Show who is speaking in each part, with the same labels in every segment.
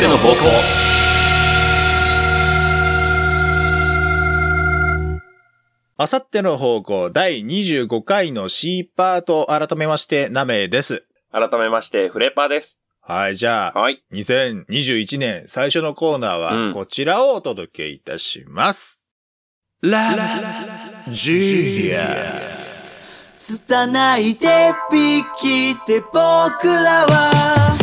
Speaker 1: ルの方向
Speaker 2: あさっての方向第25回の C パート改めましてナメです。
Speaker 1: 改めまして、フレパーです。
Speaker 2: はい、じゃあ、
Speaker 1: はい。
Speaker 2: 2021年最初のコーナー
Speaker 1: う
Speaker 2: は
Speaker 1: ん
Speaker 2: こちらをお届けいたします。ラブジュリアス。
Speaker 3: 拙い手引きで僕らは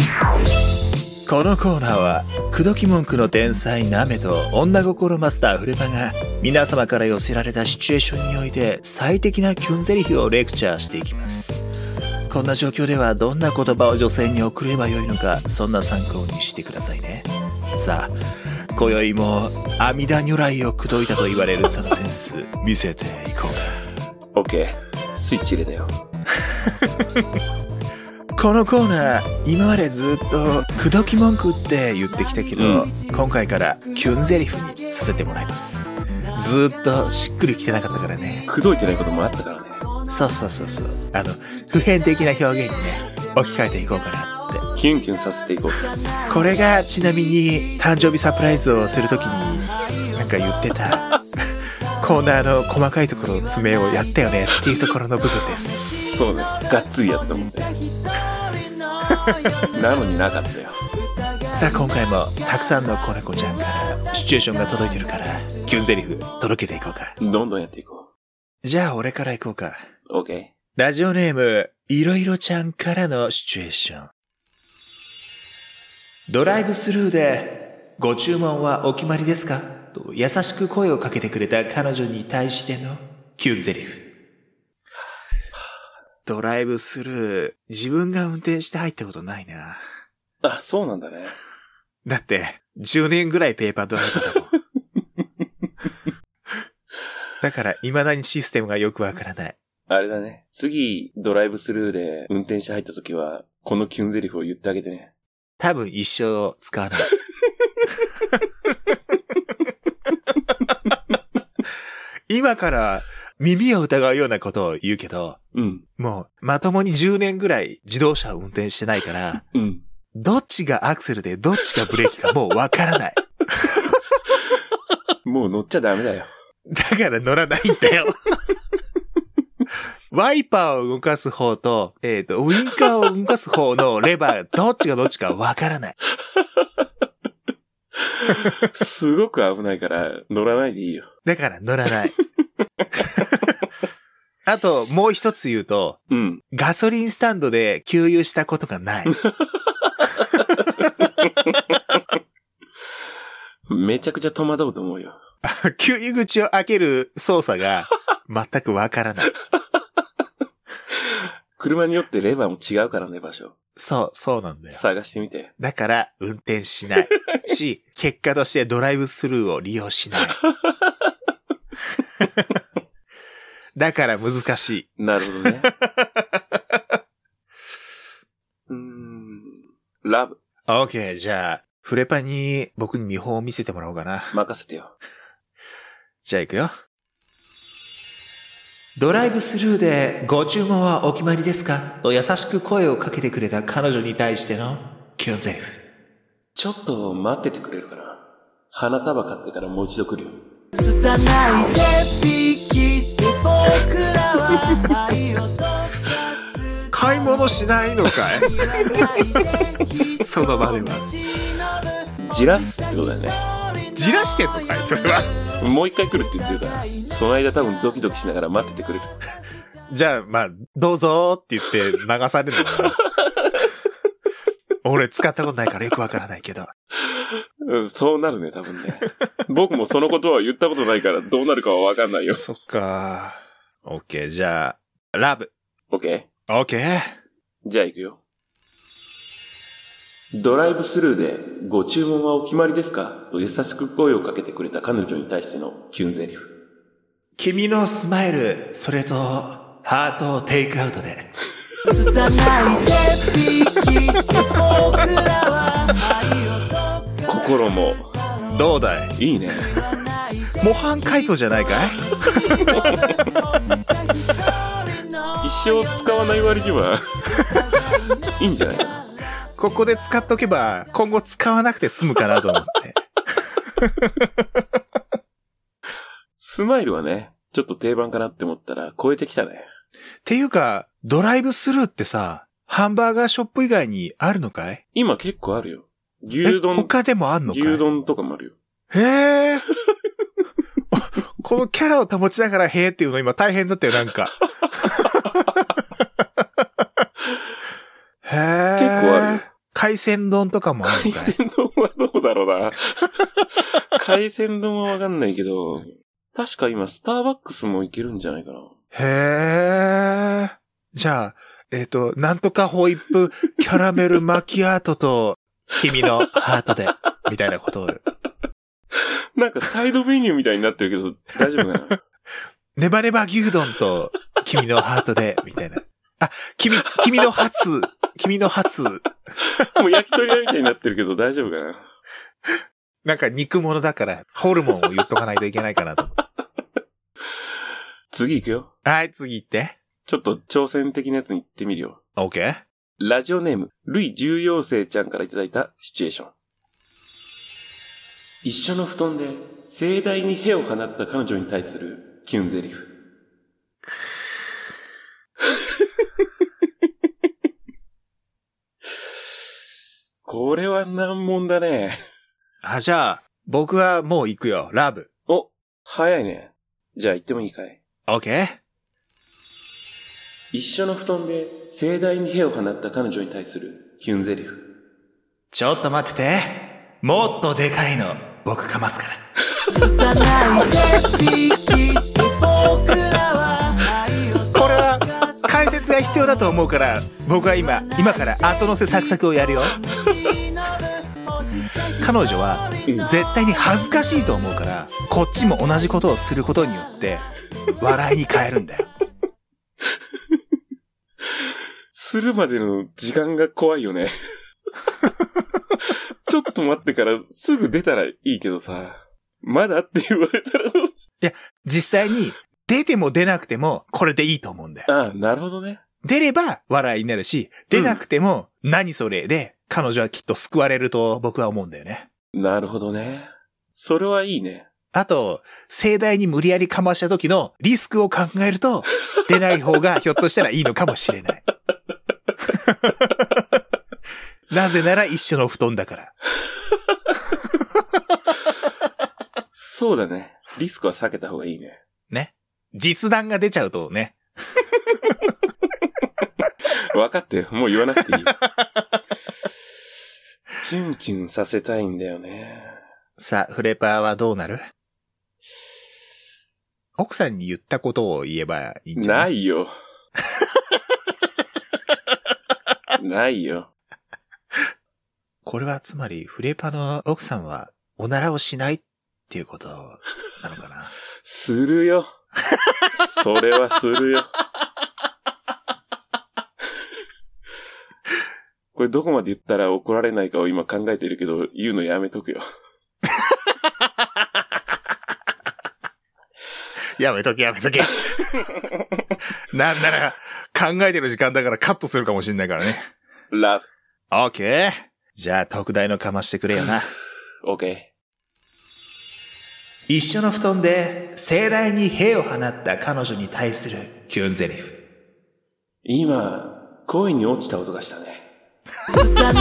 Speaker 2: このコーナーは、口説き文句の天才ナメと女心マスターフレパが皆様から寄せられたシチュエーションにおいて最適なキュンゼリフをレクチャーしていきます。こんな状況ではどんな言葉を女性に送ればよいのか、そんな参考にしてくださいね。さあ、今宵も阿弥陀如来を口説いたと言われるそのセンス、見せていこうか。
Speaker 1: オッケー。スイッチ入れたよ。
Speaker 2: このコーナー今までずっと「口説き文句」って言ってきたけど、
Speaker 1: うん
Speaker 2: 今回からキュンゼリフにさせてもらいますずっとしっくりきてなかったからね
Speaker 1: くどいてないこともあったからね。
Speaker 2: そうそうそうそうあの普遍的な表現にね置き換えていこうかなっ
Speaker 1: キュンキュンさせていこうか。
Speaker 2: てこれがちなみに誕生日サプライズをするときになんか言ってたコーナーの細かいところの爪をやったよねっていうところの部分です
Speaker 1: そうね。がっつりやった もんね。なのになかったよ。
Speaker 2: さあ今回もたくさんの子猫ちゃんからシチュエーションが届いてるからキュンゼリフ届けていこうか
Speaker 1: どんどんやっていこ
Speaker 2: じゃあ俺から行こうか
Speaker 1: う。オッケ
Speaker 2: ラジオネームいろいろちゃんからのシチュエーションドライブスルーでご注文はお決まりですかと優しく声をかけてくれた彼女に対してのキュンゼリフドライブスルー自分が運転して入ったことないな
Speaker 1: ー。あ、そうなんだね。
Speaker 2: だって、10年ぐらいペーパードライブだもん。だから、未だにシステムがよくわからない。
Speaker 1: あれだね。次、ドライブスルーで運転して入った時は、このキュンゼリフを言ってあげてね。
Speaker 2: 多分一生使わない。今から耳を疑うようなことを言うけど、
Speaker 1: うん。
Speaker 2: もうまともに10年ぐらい自動車を運転してな いから、
Speaker 1: うん。
Speaker 2: どっちがアクセルでどっちがブレーキかもうわからない。
Speaker 1: もう乗っちゃダメ だよ。
Speaker 2: だから乗らないんだよ。ワイパーを動かす方と、えっ、と、ウインカーを動かす方のレバー、どっちがどっちかわからない。
Speaker 1: すごく危ないから、乗らないでいいよ。
Speaker 2: だから乗らない。 あと、もう一つ言うと、
Speaker 1: うん。
Speaker 2: ガソリンスタンドで給油したことがない。
Speaker 1: めちゃくちゃ戸惑うと思うよ。
Speaker 2: 給油口を開ける操作が全くわからない。
Speaker 1: 車によってレバーも違うからね、場所。
Speaker 2: そう、そうなんだよ。
Speaker 1: 探してみて。
Speaker 2: だから、運転しない。し、結果としてドライブスルーを利用しない。 だから難しい。
Speaker 1: なるほどね。うーん。ラブ、
Speaker 2: OK, じゃあ、フレパに僕に見本を見せてもらおうかな。
Speaker 1: 任せてよ。
Speaker 2: じゃあ行くよ。ドライブスルーでご注文はお決まりですかと優しく声をかけてくれた彼女に対してのキュンゼリフ。
Speaker 1: ちょっと待っててくれるかな。花束買ってからもう一度来るよ。
Speaker 3: 拙い手引きで僕らは愛をとかす
Speaker 2: 買い物しないのかい その場では。
Speaker 1: じらすってことだよね。
Speaker 2: じらしてんのかいそれは。
Speaker 1: もう一回来るって言ってるから。その間多分ドキドキしながら待っててくれる。
Speaker 2: じゃあ、まあ、どうぞーって言って流されるのか な。俺使ったことないからよくわからないけど。
Speaker 1: うん、そうなるね、多分ね。僕もそのことは言ったことないから、どうなるかはわかんないよ。
Speaker 2: そっかー。オッケー、じゃあ、ラブ。
Speaker 1: オッケー
Speaker 2: オッケー。
Speaker 1: じゃあ行くよ。ドライブスルーで、ご注文はお決まりですかと優しく声をかけてくれた彼女に対してのキュンゼリフ。
Speaker 2: 君のスマイル、それと、ハートをテイクアウトで。
Speaker 3: 拙い手引きで僕らは愛をとか
Speaker 1: 心も、
Speaker 2: どうだい
Speaker 1: いいね。
Speaker 2: 模範解答じゃないかい
Speaker 1: 一生使わない割には、いいんじゃないかな。
Speaker 2: ここで使っとけば、今後使わなくて済むかなと 思って。
Speaker 1: スマイルはね、ちょっと定番かなって思ったら超えてきたね。
Speaker 2: っていうか、ドライブスルーってさ、ハンバーガーショップ以外にあるのかい
Speaker 1: 今結構あるよ。
Speaker 2: え
Speaker 1: 牛丼、
Speaker 2: 他でもあんのかい
Speaker 1: 牛丼とかもあるよ。
Speaker 2: へえ。 このキャラを保ちながら、へえっていうの今大変だったよ、な んか。へえ。
Speaker 1: 結構あるよ。
Speaker 2: 海鮮丼とかもある
Speaker 1: 海
Speaker 2: のかい
Speaker 1: 鮮丼はどうだろ うな。海鮮丼はわかんないけど、確か今スターバックスもいけるんじゃないかな。
Speaker 2: へえ。じゃあ、えっ、と、なんとかホイップ、キャラメルマキアートと、君のハートで、みたいなことを。
Speaker 1: なんかサイドメニューみたいになってるけど、大丈夫かな
Speaker 2: ネバネバ牛丼と、君のハートで、みたいな。あ、君、君のハツ、君のハツ、
Speaker 1: もう焼き鳥屋みたいになってるけど、大丈夫かな
Speaker 2: なんか肉物だから、ホルモンを言っとかないといけないかなと。
Speaker 1: 次行くよ。
Speaker 2: はい、次行って。
Speaker 1: ちょっと挑戦的なやつに行ってみるよ。
Speaker 2: OK?
Speaker 1: ラジオネーム、ルイ重要生ちゃんからいただいたシチュエーション。一緒の布団で盛大に屁を放った彼女に対するキュンゼリフ。これは難問だね。
Speaker 2: あ、じゃあ、僕はもう行くよ。ラブ。
Speaker 1: お、早いね。じゃあ行ってもいいかい
Speaker 2: OK?
Speaker 1: 一緒の布団で盛大に屁を放った彼女に対するキュンゼリフ。
Speaker 2: ちょっと待ってて。もっとでかいの、僕かますから。
Speaker 3: 拙い絶壁って僕らは愛を
Speaker 2: これは、解説が必要だと思うから、僕は今、今から後乗せサクサクをやるよ。彼女は、絶対に恥ずかしいと思うから、こっちも同じことをすることによって、笑いに変えるんだよ。
Speaker 1: するまでの時間が怖いよ ね。ちょっと待ってからすぐ出たらいいけどさ、まだって言われたらどうし
Speaker 2: 実際に、出ても出なくても、これでいいと思うんだよ。
Speaker 1: ああ、なるほどね。
Speaker 2: 出れば笑いになるし、出なくても何それで、彼女はきっと救われると僕は思うんだよね。
Speaker 1: なるほどね。それはいいね。
Speaker 2: あと、盛大に無理やりかました時のリスクを考える と、出ない方がひょっとしたらいいのかもしれない。 なぜなら一緒の布団だから。
Speaker 1: そうだね。リスクは避けた方がいいね。
Speaker 2: 実弾が出ちゃうとね。
Speaker 1: 分かってよ。もう言わなく ていい。キュンキュンさせたいんだよね。
Speaker 2: さあ、フレパーはどうなる奥さんに言ったことを言えばいいんじゃな
Speaker 1: な
Speaker 2: い
Speaker 1: い よ。ないよ。
Speaker 2: これはつまり、フレパの奥さんは、おならをしないっていうことなのかな。
Speaker 1: するよ。それはする よ。これどこまで言ったら怒られないかを今考えてるけど、言うのやめとくよ。
Speaker 2: やめとけ、やめと け。なんなら、考えてる時間だからカットするかもしれないからね。
Speaker 1: ラブ。
Speaker 2: オッケーじゃあ、特大のかましてくれよな。
Speaker 1: オーケ
Speaker 2: 一緒の布団で、盛大に兵を放った彼女に対するキュンゼリフ。
Speaker 1: ー。今、恋に落ちた音がしたね。
Speaker 3: 拙い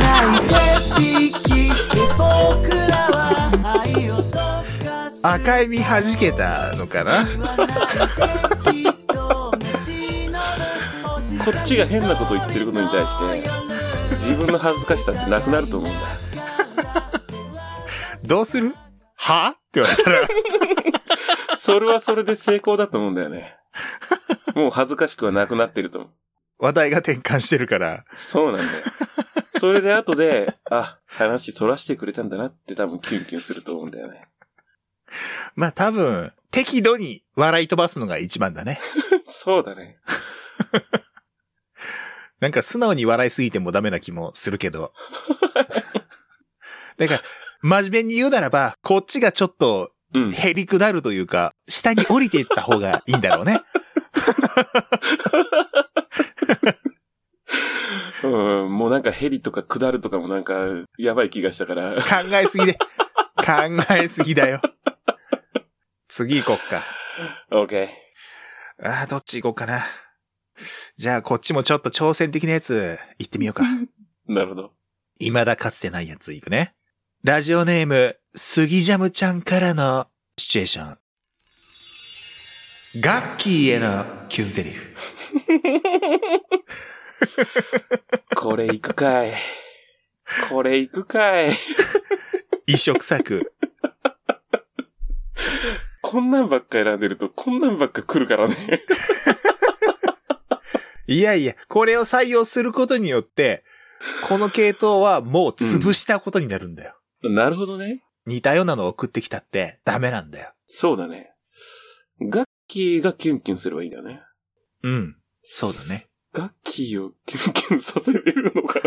Speaker 3: 絶壁って僕らは愛を溶かす
Speaker 2: 赤い実弾けたのかな
Speaker 1: こっちが変なこと言ってることに対して、自分の恥ずかしさってなくなると思うんだ。
Speaker 2: どうするはって言われ たら。
Speaker 1: それはそれで成功だと思うんだよね。もう恥ずかしくはなくなってると思う。
Speaker 2: 話題が転換してるから。
Speaker 1: そうなんだよ。それで後で、あ、話そらしてくれたんだなって多分キュンキュンすると思うんだよね。
Speaker 2: まあ多分、適度に笑い飛ばすのが一番だね。
Speaker 1: そうだね。
Speaker 2: なんか素直に笑いすぎてもダメな気もするけど。 だから、真面目に言うならば、こっちがちょっと、
Speaker 1: うん。
Speaker 2: へりくだるというか、下に降りていった方がいいんだろうね。
Speaker 1: うん、もうなんかヘリとか下るとかもなんか、やばい気がしたから。
Speaker 2: 考えすぎで。考えすぎだよ。次行こっか。
Speaker 1: オーケ
Speaker 2: ああ、どっち行こうかな。じゃあ、こっちもちょっと挑戦的なやつ、行ってみようか。
Speaker 1: ー。なるほど。
Speaker 2: 未だかつてないやつ行くね。ラジオネーム、スギジャムちゃんからのシチュエーション。ガッキーへのキュンゼリフ。
Speaker 1: これ行くかい。これ行くかい。
Speaker 2: 一色作。
Speaker 1: こんなんばっか選んでると、こんなんばっか来るからね。
Speaker 2: いやいや、これを採用することによって、この系統はもう潰したことになるんだよ。
Speaker 1: なるほどね。
Speaker 2: 似たようなのを送ってきたってダメなんだよ。
Speaker 1: そうだね。ガッキーがキュンキュンすればいいんだよね。
Speaker 2: うん。そうだね。
Speaker 1: ガッキーをキュンキュンさせれるのか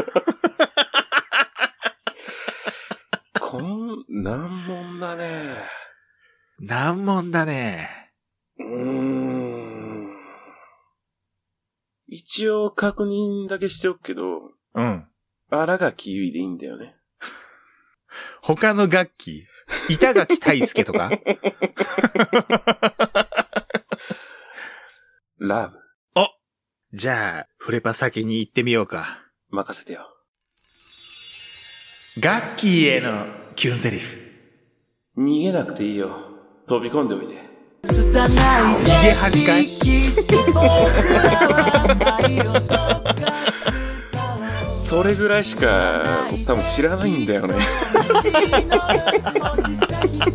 Speaker 1: なこん、難問だね。
Speaker 2: 難問だね。
Speaker 1: うーん。一応確認だけしておくけど、
Speaker 2: うん。
Speaker 1: 荒垣結衣でいいんだよね。
Speaker 2: 他の楽器板垣大介とか
Speaker 1: ラブ、
Speaker 2: じゃあ、フレパ先に行ってみようか。
Speaker 1: 任せてよ。
Speaker 2: ガッキーへのキュンゼリフ。
Speaker 1: 逃げなくていいよ。飛び込んでおいで。
Speaker 3: 拙い
Speaker 2: 逃げ恥かい
Speaker 3: 切って僕らは愛を溶かしたら
Speaker 1: それぐらいしか、多分知らないんだよね。
Speaker 3: 星の星さ一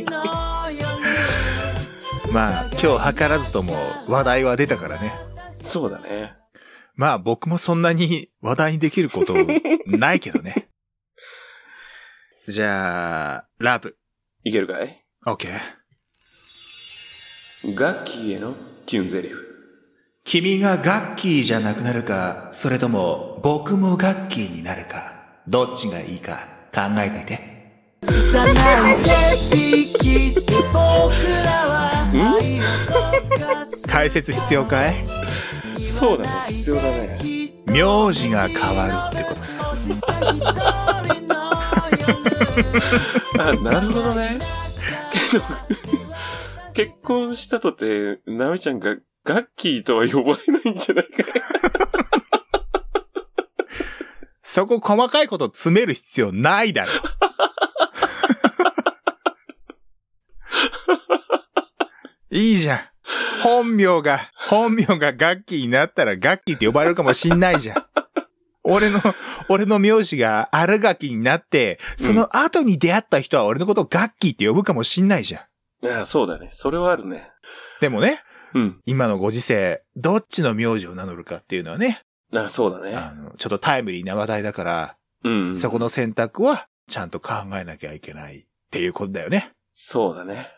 Speaker 3: 人の夜
Speaker 2: まあ、今日計らずとも話題は出たからね。
Speaker 1: そうだね。
Speaker 2: まあ僕もそんなに話題にできることないけどね。 じゃあ、ラブ。
Speaker 1: いけるかい
Speaker 2: オッケー。
Speaker 1: ガッキーへのキュンゼリフ。
Speaker 2: 君がガッキーじゃなくなるか、それとも僕もガッキーになるか、どっちがいいか考えていて。
Speaker 3: 拙い切って僕らは愛を溶かす
Speaker 2: 解説必要かい
Speaker 1: そうだね。必要だね。
Speaker 2: 名字が変わるってことさ。
Speaker 3: 星さ一人の夜
Speaker 1: あ、なるほどね。けど、 結婚したとて、ナミちゃんがガッキーとは呼ばれないんじゃないかい。
Speaker 2: そこ細かいこと詰める必要ないだろ。いいじゃん。本名が、本名がガッキーになったらガッキーって呼ばれるかもしんないじゃん。俺の、俺の名字がアルガキになって、その後に出会った人は俺のことをガッキーって呼ぶかもしんないじゃん。
Speaker 1: あそうだね。それはあるね。
Speaker 2: でもね、
Speaker 1: うん。
Speaker 2: 今のご時世、どっちの名字を名乗るかっていうのはね、
Speaker 1: あそうだね。
Speaker 2: あの、ちょっとタイムリーな話題だから、
Speaker 1: うん。
Speaker 2: そこの選択はちゃんと考えなきゃいけないっていうことだよね。
Speaker 1: そうだね。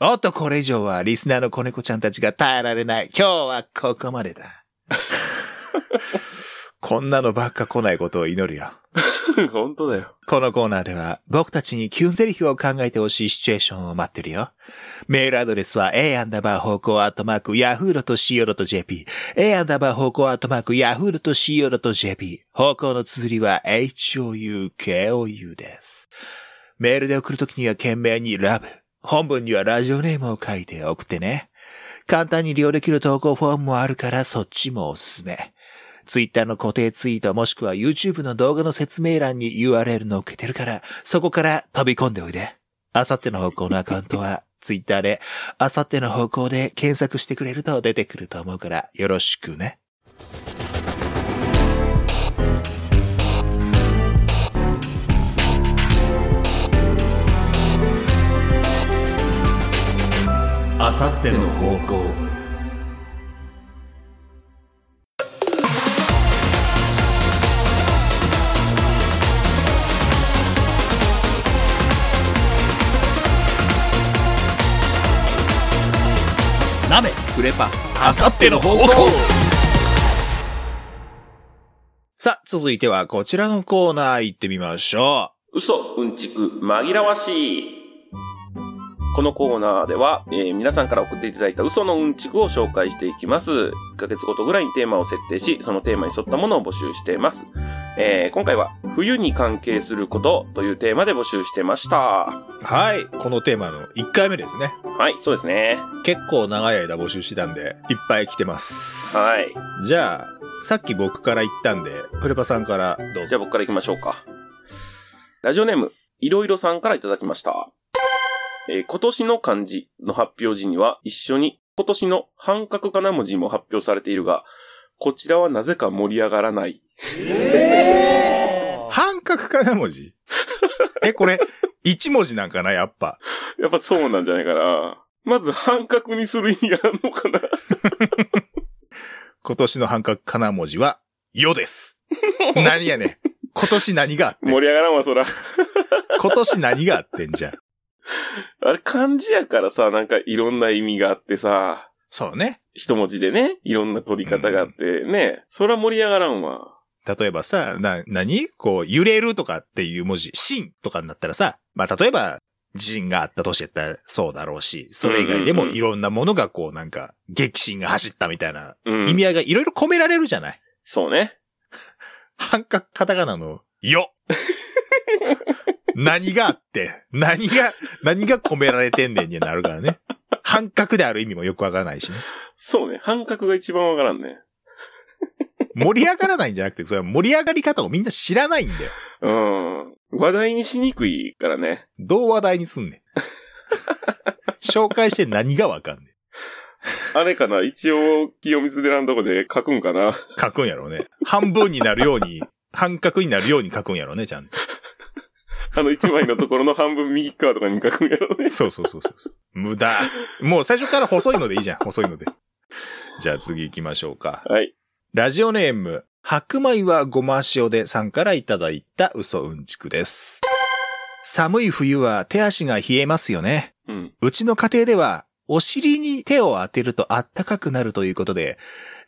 Speaker 2: おっと、これ以上はリスナーの子猫ちゃんたちが耐えられない。今日はここま でだ。こんなのばっか来ないことを祈るよ。
Speaker 1: 本当だよ。
Speaker 2: このコーナーでは僕たちにキュンゼリフを考えてほしいシチュエーションを待ってるよ。メールアドレスは a アンダーバー方向アットマーク yahoo.co.jp a アンダーバー方向アットマーク yahoo.co.jp 方向の綴りは houkou です。メールで送るときには懸命にラブ。本文にはラジオネームを書いて送ってね。簡単に利用できる投稿フォームもあるからそっちもおすすめ。ツイッターの固定ツイートもしくは YouTube の動画の説明欄に URL 載っけてるから、そこから飛び込んでおいで。あさっての方向のアカウントは、ツイッターで、あさっての方向で検索してくれると出てくると思うから、よろしくね。あさっての方向。なめ、フレパ、あさっての方向さあ、続いてはこちらのコーナー行ってみましょう。
Speaker 1: 嘘、うんちく、紛らわしい。このコーナーでは、えー皆さんから送っていただいた嘘のうんちくを紹介していきます。1ヶ月ごとぐらいにテーマを設定し、そのテーマに沿ったものを募集しています。えー今回は、冬に関係することというテーマで募集してました。
Speaker 2: はい。このテーマの1回目ですね。
Speaker 1: はい、そうですね。
Speaker 2: 結構長い間募集してたんで、いっぱい来てます。
Speaker 1: はい。
Speaker 2: い。じゃあ、さっき僕から言ったんで、フレパさんからどう
Speaker 1: じゃあ
Speaker 2: ぞ。
Speaker 1: 僕から行きましょうか。ラジオネーム、いろいろさんからいただきました。えー今年の漢字の発表時には一緒に今年の半角かな文字も発表されているが、こちらはなぜか盛り上がらない。
Speaker 2: 半角かな 文字え、これ、1文字なんかなやっぱ。
Speaker 1: やっぱそうなんじゃないかな。まず半角にする意味あるの かな
Speaker 2: 今年の半角かな文字は、よです。何やねん。今年何があって
Speaker 1: 盛り上がらんわ、そら。
Speaker 2: 今年何があってんじゃん。
Speaker 1: あれ漢字やからさ、なんかいろんな意味があってさ、
Speaker 2: そうね。
Speaker 1: 一文字でね、いろんな取り方があってね、そら盛り上がらんわ。
Speaker 2: 例えばさ、な、何こう、揺れるとかっていう文字、真とかになったらさ、まあ、例えば、人があった年やったらそうだろうし、それ以外で
Speaker 1: うん
Speaker 2: も
Speaker 1: うんうん
Speaker 2: いろんなものがこうなんか、激震が走ったみたいな
Speaker 1: うん。
Speaker 2: 意味合いがいろいろ込められるじゃない。
Speaker 1: そうね。
Speaker 2: 半角カタカナの、よ何があって、何が、何が込められてんねんになるからね。半角である意味もよくわからないしね。
Speaker 1: そうね。半角が一番わからんね。
Speaker 2: 盛り上がらないんじゃなくて、それは盛り上がり方をみんな知らないんだよ。
Speaker 1: うん。話題にしにくいからね。
Speaker 2: どう話題にすんねん。紹介して何がわかんねん。
Speaker 1: あれかな一応、清水寺のとこで書くんかな
Speaker 2: 書くんやろうね。半分になるように、半角になるように書くんやろうね、ちゃんと。
Speaker 1: あの一枚のところの半分右側とかに書くんやろね。
Speaker 2: そうそうそうそうそう。無駄。もう最初から細いのでいいじゃん、細いので。じゃあ次行きましょうか。
Speaker 1: はい。
Speaker 2: ラジオネーム、白米はごま塩でさんからいただいた嘘うんちくです。寒い冬は手足が冷えますよね。
Speaker 1: うん。
Speaker 2: うちの家庭では、お尻に手を当てるとあったかくなるということで、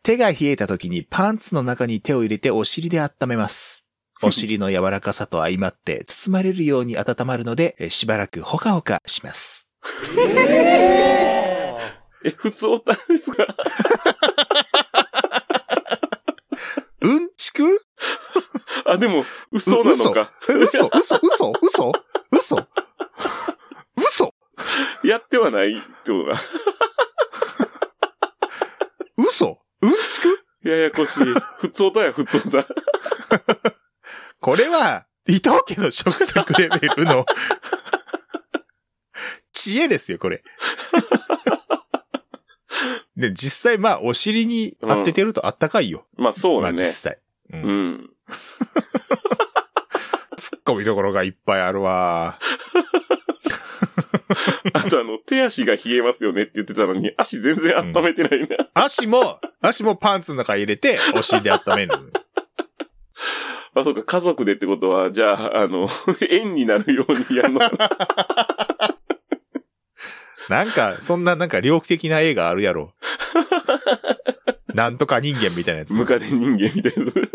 Speaker 2: 手が冷えた時にパンツの中に手を入れてお尻で温めます。 お尻の柔らかさと相まって包まれるように温まるので、えしばらくほかほかします。
Speaker 1: え、普通おったんですか
Speaker 2: うんちくう
Speaker 1: あ、でも、嘘なのか。
Speaker 2: 嘘嘘嘘嘘 嘘嘘
Speaker 1: やってはないってことだ。
Speaker 2: 嘘うんちく
Speaker 1: ややこしい。普通おたや、普通おた。
Speaker 2: これは、伊藤家の食卓レベルの、知恵です よ、これ。で、実際、まあ、お尻に当ててるとあったかいよ。
Speaker 1: まあ、そう
Speaker 2: まあ、
Speaker 1: だね
Speaker 2: 実。際。う。
Speaker 1: うんん。
Speaker 2: 突っ込みどころがいっぱいあるわ。
Speaker 1: あとあの、手足が冷えますよねって言ってたのに、足全然温めてないな。
Speaker 2: 足も、足もパンツの中入れて、お尻で温める。
Speaker 1: あ、そうか、家族でってことは、じゃあ、あの、 縁になるようにやるのかな。
Speaker 2: なんか、そんな、なんか、猟奇的な映画あるやろ。なんとか人間みたいなやつ。
Speaker 1: ムカデ人間みたいなやつ。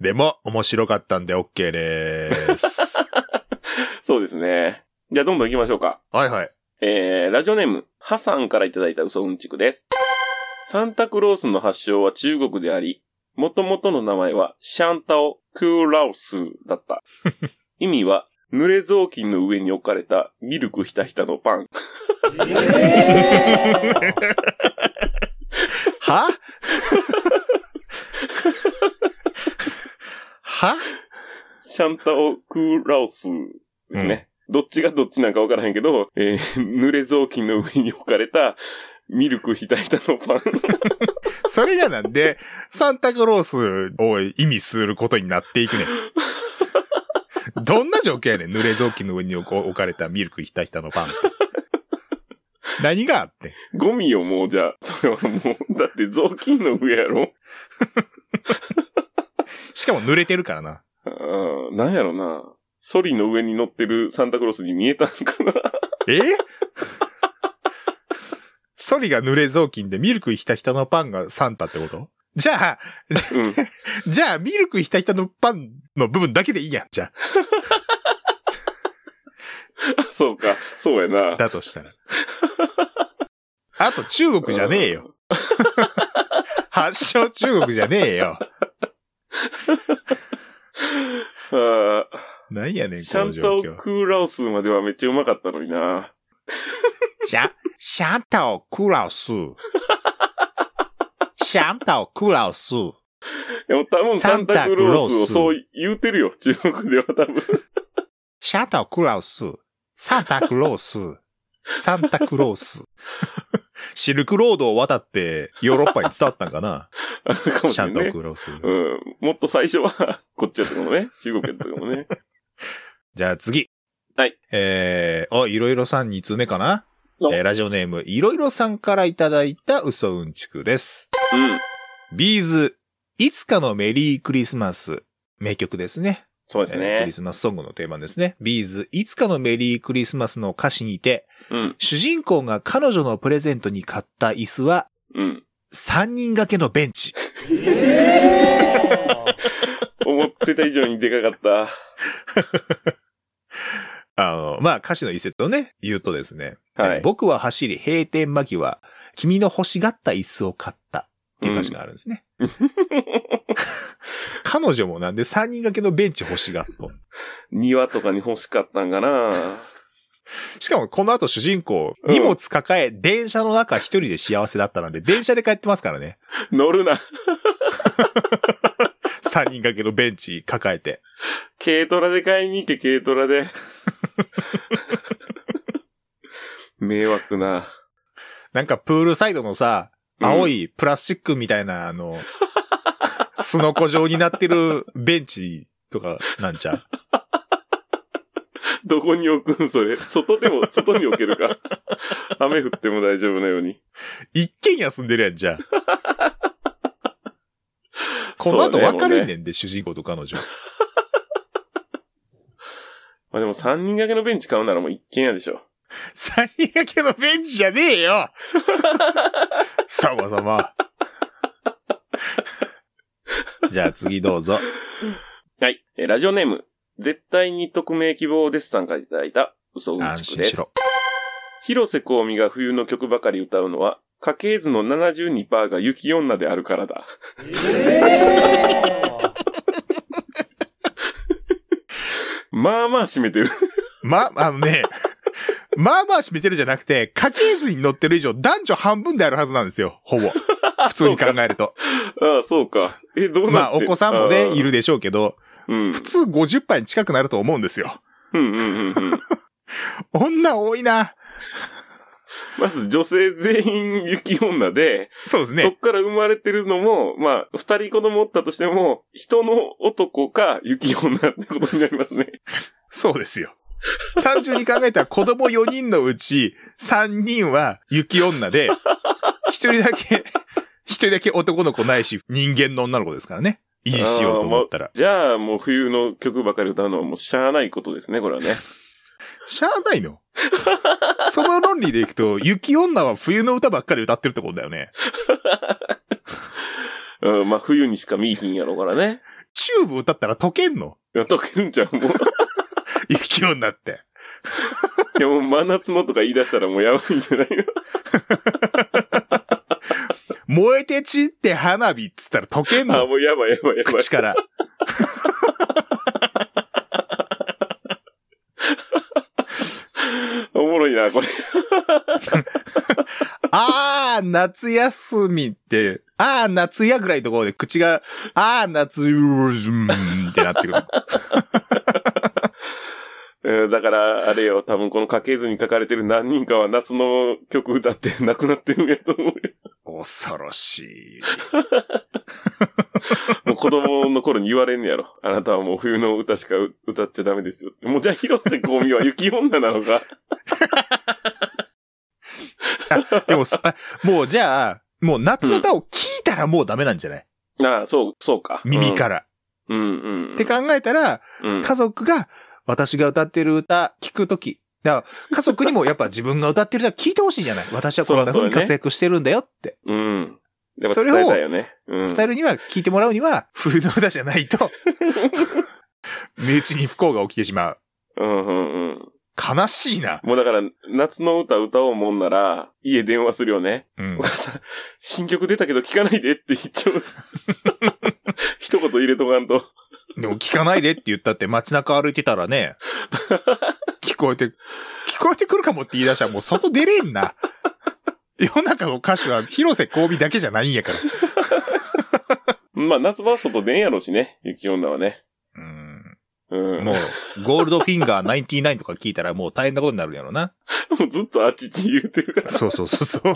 Speaker 2: でも、面白かったんで OK でーす。
Speaker 1: そうですね。じゃあ、どんどん行きましょうか。
Speaker 2: はいはい。
Speaker 1: えー、ラジオネーム、ハさんからいただいた嘘うんちくです。サンタクロースの発祥は中国であり、元々の名前はシャンタオ・クーラオスだった。意味は、濡れ雑巾の上に置かれたミルクひたひたのパン。
Speaker 2: は は
Speaker 1: シャンタオ・クーラオスですね。どっちがどっちなんかわからへんけど、えー、濡れ雑巾の上に置かれたミルクひたひたのパン。
Speaker 2: それじゃなんで、サンタクロースを意味することになっていくねん。どんな状況やねん濡れ雑巾の上に置かれたミルクひたひたのパンって。何があってん
Speaker 1: ゴミよ、もう、じゃあ。それはもう、だって雑巾の上やろ
Speaker 2: しかも濡れてるからな。
Speaker 1: あーなんやろな。ソリの上に乗ってるサンタクロースに見えたんかな
Speaker 2: えソリが濡れ雑巾でミルクひたひたのパンがサンタってことじゃあ、
Speaker 1: うん。
Speaker 2: じゃあ、ミルクひたひたのパンの部分だけでいいやん、じゃあ。
Speaker 1: そうか。そうやな。
Speaker 2: だとしたら。あと中国じゃねえよ。発祥中国じゃねえよ。
Speaker 1: あ
Speaker 2: なんやね
Speaker 1: ー
Speaker 2: ん、
Speaker 1: シ
Speaker 2: こ
Speaker 1: ャ
Speaker 2: の
Speaker 1: ン
Speaker 2: 状
Speaker 1: タオ
Speaker 2: 況。
Speaker 1: クーラオスまではめっちゃうまかったのにな。
Speaker 2: シャ、シャンタオクラオス。シャンタオクラオス。
Speaker 1: でも多分サンタクロースをそう言うてるよ。中国では多分。
Speaker 2: シャンタオクラオス。サンタクロース。サンタクロース。シルクロードを渡ってヨーロッパに伝わったんかな
Speaker 1: あるかもし
Speaker 2: シャ
Speaker 1: れ
Speaker 2: ン
Speaker 1: な
Speaker 2: タ
Speaker 1: いね。
Speaker 2: オクラオス。
Speaker 1: うん。もっと最初は、こっちやったかも ね。中国やったかもね。
Speaker 2: じゃあ次。
Speaker 1: はい。
Speaker 2: えー、お、いろいろさん2通目かな
Speaker 1: お
Speaker 2: えーラジオネーム、いろいろさんからいただいた嘘うんちくです。
Speaker 1: うん。
Speaker 2: ビーズ、いつかのメリークリスマス。名曲ですね。
Speaker 1: そうです
Speaker 2: えーク
Speaker 1: ね
Speaker 2: リ。スマスソングの定番ですね。ビーズ、いつかのメリークリスマスの歌詞にて、
Speaker 1: うん。
Speaker 2: 主人公が彼女のプレゼントに買った椅子は、
Speaker 1: うん。
Speaker 2: 3人掛けのベンチ。
Speaker 1: 思ってた以上にでかかった。
Speaker 2: あの、まあ、歌詞の一節をね、言うとですね、
Speaker 1: はい
Speaker 2: えー僕は走り閉店間際、君の欲しがった椅子を買ったっていう歌詞があるんですね。彼女もなんで3人掛けのベンチ欲しがっと。
Speaker 1: 庭とかに欲しかったんかな。
Speaker 2: しかもこの後主人公、
Speaker 1: うん
Speaker 2: 荷物抱え、電車の中一人で幸せだったなんで、電車で帰ってますからね。
Speaker 1: 乗るな。
Speaker 2: 3人掛けのベンチ抱えて。
Speaker 1: 軽トラで買いに行け、軽トラで。 迷惑な。
Speaker 2: なんかプールサイドの
Speaker 1: う
Speaker 2: さ、
Speaker 1: ん
Speaker 2: 青いプラスチックみたいな、あの、すのこ状になってるベンチとかなんちゃう
Speaker 1: どこに置くんそれ。外でも、外に置けるか。雨降っても大丈夫なように。
Speaker 2: 一軒家住んでるやん、じゃあ。この後別れんねんで、主人公と彼 女。
Speaker 1: まあでも3人掛けのベンチ買うならもう一軒家でしょ。
Speaker 2: 三人掛けのベンチじゃねえ よさまざま。じゃあ次どうぞ。
Speaker 1: はい。えーラジオネーム、絶対に匿名希望ですさんからいただいた嘘うん
Speaker 2: 安
Speaker 1: ちく
Speaker 2: 心
Speaker 1: で
Speaker 2: し
Speaker 1: す
Speaker 2: ろ。。
Speaker 1: 広瀬香美が冬の曲ばかり歌うのは、家系図の72%が雪女であるからだ。まあまあ締めてる。
Speaker 2: ま、あのね、まあまあ締めてるじゃなくて、家系図に載ってる以上男女半分であるはずなんですよ、ほぼ。普通に考える と。
Speaker 1: ああ、そうか。え、どう
Speaker 2: ま
Speaker 1: な
Speaker 2: あ、
Speaker 1: って
Speaker 2: お子さんもね、い
Speaker 1: る。
Speaker 2: るでしょうけど、
Speaker 1: うん。
Speaker 2: 普通50杯に近くなると思うんですよ。
Speaker 1: うんうんうんうん。
Speaker 2: 女多いな。
Speaker 1: まず女性全員雪女で、
Speaker 2: そうで
Speaker 1: そ
Speaker 2: す
Speaker 1: っ
Speaker 2: ね。
Speaker 1: から生まれてるのも、まあ、二人子供おったとしても、人の男か雪女ってことになりますね。
Speaker 2: そうですよ。単純に考えたら子供4人のうち3人は雪女で、1人だけ、一人だけ男の子ないし人間の女の子ですからね。維持しようと思ったら。
Speaker 1: じゃあ、もう冬の曲ばかり歌うのはもうしゃあないことですね、これはね。
Speaker 2: しゃあないの。その論理でいくと、雪女は冬の歌ばっかり歌ってるってことだよね。
Speaker 1: うん、まあ、冬にしか見いひんやろうからね。
Speaker 2: チューブ歌ったら溶けんの
Speaker 1: いや溶けるんちゃうもう。
Speaker 2: 雪女って。
Speaker 1: いや、もう真夏のとか言い出したらもうやばいんじゃないの
Speaker 2: 燃えて散って花火っつったら溶けん
Speaker 1: あ、
Speaker 2: の
Speaker 1: もうやばいやばいやばい。
Speaker 2: 口から。
Speaker 1: おもろいな、これ。
Speaker 2: あー、夏休みって、あー、夏やぐらいのところで口が、あー、夏、うーんってなって くる。
Speaker 1: うんだから、あれよ、多分この家系図に書かれてる何人かは夏の曲歌って亡くなってるんやと思うよ。
Speaker 2: 恐ろしい。
Speaker 1: もう子供の頃に言われんねやろ。あなたはもう冬の歌しか歌っちゃダメですよ。もうじゃあ広瀬香美は雪女なのか。
Speaker 2: でもそ、あもうじゃあ、もう夏の歌を聞いたらもうダメなんじゃない
Speaker 1: ああ、そう、そうか。
Speaker 2: 耳から。
Speaker 1: うん。うんうん、うん。
Speaker 2: って考えたら、
Speaker 1: うん、
Speaker 2: 家族が私が歌ってる歌聞くとき、だから家族にもやっぱ自分が歌ってる歌聞いてほしいじゃない私はこんな風に活躍してるんだよって。
Speaker 1: うん。やっぱ伝えたいよね。うん。
Speaker 2: 伝えるには、聞いてもらうには、冬の歌 じゃないと、身内に不幸が起きてしまう。
Speaker 1: うんうんうん。
Speaker 2: 悲しいな。
Speaker 1: もうだから、夏の歌歌おうもんなら、家電話するよね。
Speaker 2: うん
Speaker 1: お。母さん、新曲出たけど聞かないでって言っちゃう。 一言入れとかんと。
Speaker 2: でも聞かないでって言ったって街中歩いてたら ね、聞こえて、聞こえてくるかもって言い出したらもう外出れんな。世の中の歌手は広瀬香美だけじゃないんやから。
Speaker 1: まあ、夏場は外出んやろしね。雪女はね。
Speaker 2: うん
Speaker 1: うん。
Speaker 2: も
Speaker 1: も
Speaker 2: う、ゴールドフィンガー99とか聞いたらもう大変なことになるやろな。
Speaker 1: うずっとあっちち言うてるから。
Speaker 2: そうそうそうそう。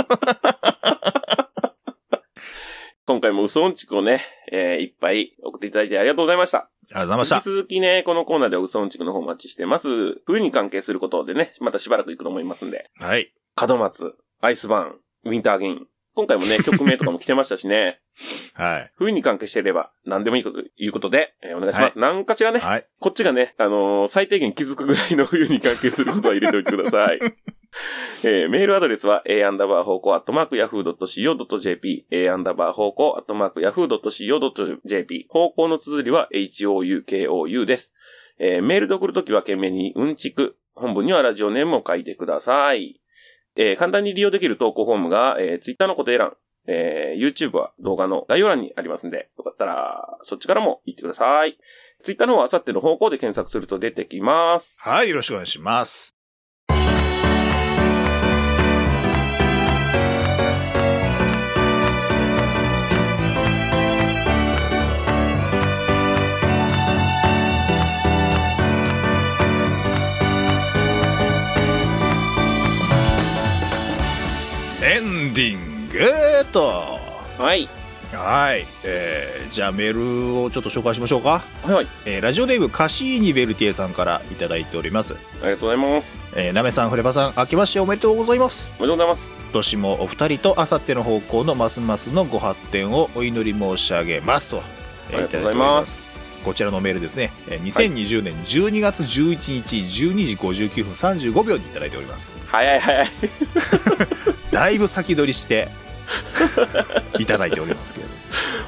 Speaker 1: 今回も嘘うんちくをね、えーいっぱい送っていただいてありがとうございました。
Speaker 2: ありがとうございまし
Speaker 1: 引
Speaker 2: た
Speaker 1: き。続きね、このコーナーでは嘘うんちくの方お待ちしてます。冬に関係することでね、またしばらく行くと思いますんで。
Speaker 2: はい。
Speaker 1: 門松、アイスバーン、ウィンターゲイン。今回もね、曲名とかも来てましたしね、
Speaker 2: はい。
Speaker 1: 冬に関係していれば何でもいいこと、いうことで、えーお願いします。何かしらね、
Speaker 2: はい。
Speaker 1: こっちがね、あのー最低限気づくぐらいの冬に関係することは入れておいてください。えーメールアドレスは a アンダーバー方向アットマークヤフー .co.jp a アンダーバー方向アットマークヤフー .co.jp 方向の綴りは houkou です。えーメールで送るときは懸命にうんちく、本文にはラジオネームを書いてください。えー簡単に利用できる投稿フォームが、えー Twitter の固定欄、えー YouTube は動画の概要欄にありますんで、よかったらそっちからも行ってください。ツイッターの方はあさっての方向で検索すると出てきます。
Speaker 2: はい、よろしくお願いします。エンディングと。
Speaker 1: はい。
Speaker 2: はい、えー、じゃあメールをちょっと紹介しましょうか。
Speaker 1: はいはい。
Speaker 2: えーラジオネームカシーニベルティエさんからいただいております。
Speaker 1: ありがとうございます。
Speaker 2: えー、なめさん、フレパさん、明けましておめでとうございます。
Speaker 1: おめでとうございます。
Speaker 2: 今年もお二人とあさっての方向のますますのご発展をお祈り申し上げますと、え
Speaker 1: あ
Speaker 2: ー
Speaker 1: りがとうございます
Speaker 2: ただいておりますこちらのメールですね、えー2020年12月11日12時59分35秒にいただいております
Speaker 1: 早い早い。
Speaker 2: だいぶ先取りして いただいておりますけれども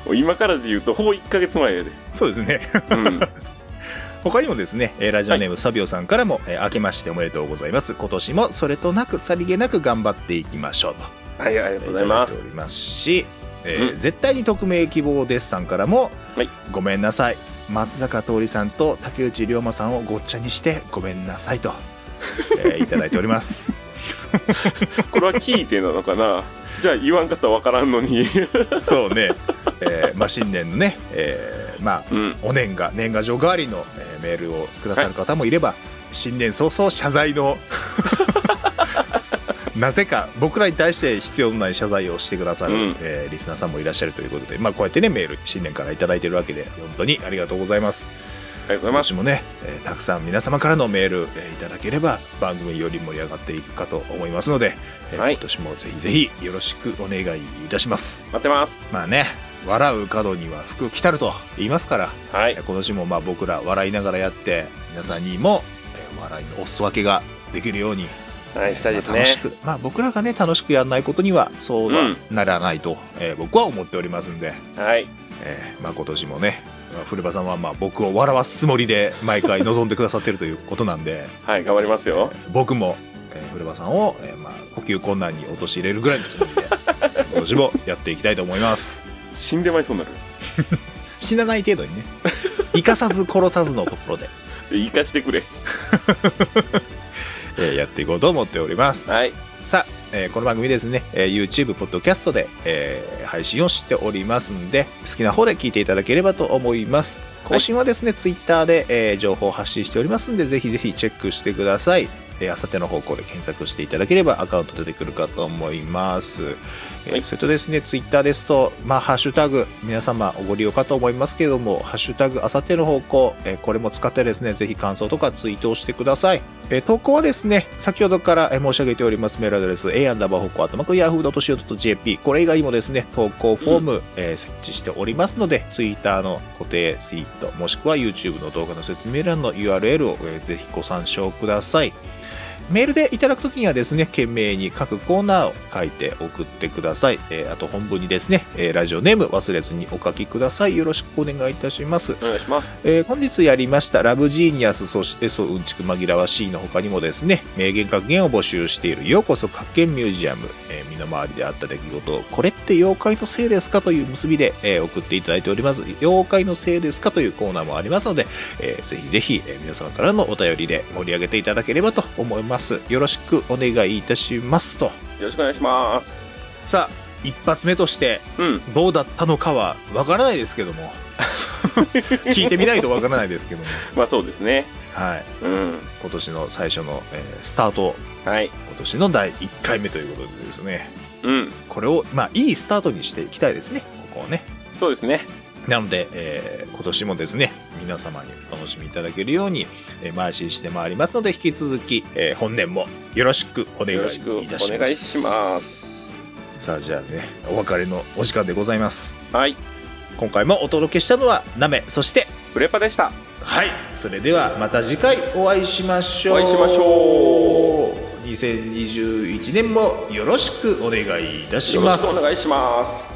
Speaker 1: もう 今からで言うと、ほぼ1ヶ月前 やで。
Speaker 2: そうですね
Speaker 1: うん。
Speaker 2: 他にもですね、えーラジオネームサビオさんからも、えー明けましておめでとうございます今年もそれとなくさりげなく頑張っていきましょうと
Speaker 1: はい、ありがとうござい
Speaker 2: ただ
Speaker 1: ま
Speaker 2: いて
Speaker 1: す
Speaker 2: お。りますし、えー
Speaker 1: うん
Speaker 2: 絶対に匿名希望ですさんからも、
Speaker 1: はい
Speaker 2: ごめんなさい松坂桃李さんと竹内涼真さんをごっちゃにしてごめんなさいと、えーいただいております
Speaker 1: これは聞いてなのかなじゃあ言わんかったらわからんの に。
Speaker 2: そうね、えーまあ、新年のね、えーまあ
Speaker 1: うん。
Speaker 2: お年賀年賀状代わりの、えーメールをくださる方もいれば、新年早々謝罪 のなぜか僕らに対して必要のない謝罪をしてくださる、
Speaker 1: うん
Speaker 2: えーリスナーさんもいらっしゃるということで、まあ、こうやってねメール新年から頂いただいてるわけで本当にありがとうございます
Speaker 1: ありがとうございます。
Speaker 2: 私もね、えーたくさん皆様からのメール、えーいただければ番組より盛り上がっていくかと思いますので、えー
Speaker 1: はい
Speaker 2: 今年もぜひぜひよろしくお願いいたします
Speaker 1: 待ってます。
Speaker 2: まあね笑う角には福来たると言いますから
Speaker 1: はい。
Speaker 2: 今年もまあ僕ら笑いながらやって皆さんにもえー笑いのお裾分けができるように、
Speaker 1: はい、したいです
Speaker 2: まあ
Speaker 1: ね
Speaker 2: 楽。しく、まあ、僕らがね楽しくやらないことにはそうはならないと、えー僕は思っておりますんで、
Speaker 1: はい。
Speaker 2: えーまあ、今年もね、まあ、古場さんはまあ僕を笑わすつもりで毎回臨んでくださってるということなんで
Speaker 1: はい、頑張りますよ。
Speaker 2: 僕も、えー古場さんを、えーまあ、呼吸困難に陥れるぐらいのつもりで今年もやっていきたいと思います
Speaker 1: 死んでまいそうになる。
Speaker 2: 死なない程度にね生かさず殺さずのところで、
Speaker 1: 生かしてくれ。
Speaker 2: えーやっていこうと思っております
Speaker 1: はい。
Speaker 2: さあ、えーこの番組ですね、えー YouTube、ポッドキャストで、えー配信をしておりますんで、好きな方で聞いていただければと思います。更新はですね、Twitter で、えー情報を発信しておりますんで、ぜひぜひチェックしてください。えー、あさっての方向で検索していただければアカウント出てくるかと思います。えー
Speaker 1: はい
Speaker 2: それとですね、ツイッターですと、まあ、ハッシュタグ、皆様ご利用かと思いますけれども、ハッシュタグ、あさっての方向、えーこれも使ってですね、ぜひ感想とかツイートをしてください。えー投稿はですね、先ほどからえー申し上げておりますメールアドレス、a アンダーバー方向、あとまく yahoo.co.jp、これ以外にもですね、投稿フォーム、えー設置しておりますので、ツイッターの固定ツイート、もしくは YouTube の動画の説明欄の URL を、えーぜひご参照ください。メールでいただくときにはですね、懸命に各コーナーを書いて送ってください。えーあと本文にですね、えーラジオネーム忘れずにお書きください。よろしくお願いいたします。
Speaker 1: お願いします。
Speaker 2: えー本日やりましたラブジーニアス、そしてそううんちく紛らわしいの他にもですね、名言格言を募集しているようこそ発見ミュージアム、えー身の回りであった出来事をこれって妖怪のせいですかという結びで、えー送っていただいております。妖怪のせいですかというコーナーもありますので、えーぜひぜひ、えー皆様からのお便りで盛り上げていただければと思います。よろしくお願いいたしますと。
Speaker 1: よろしくお願いします。
Speaker 2: さあ、一発目として
Speaker 1: うん。
Speaker 2: どうだったのかはわからないですけど も。聞いてみないとわからないですけども。
Speaker 1: まあそうですね。
Speaker 2: はい、
Speaker 1: うん。
Speaker 2: 今年の最初の、えースタート
Speaker 1: はい。
Speaker 2: 今年の第1回目ということでですね
Speaker 1: うん。
Speaker 2: これをまあいいスタートにしていきたいですねここをね
Speaker 1: そうですね。
Speaker 2: なので、えー今年もですね皆様にお楽しみいただけるように、えー、邁進してまいりますので引き続き、えー本年もよろしくお願いいたし
Speaker 1: よろし
Speaker 2: ま
Speaker 1: く
Speaker 2: す
Speaker 1: お願いします
Speaker 2: さあじゃあねお別れのお時間でございます
Speaker 1: はい。
Speaker 2: 今回もお届けしたのはナメそして
Speaker 1: フレパでした。
Speaker 2: はい、それではまた次回お会いしましょう。
Speaker 1: お会いしましょ
Speaker 2: う。2021年もよろしくお願いいたし
Speaker 1: よろ
Speaker 2: ま
Speaker 1: しくお
Speaker 2: す。
Speaker 1: 願いします。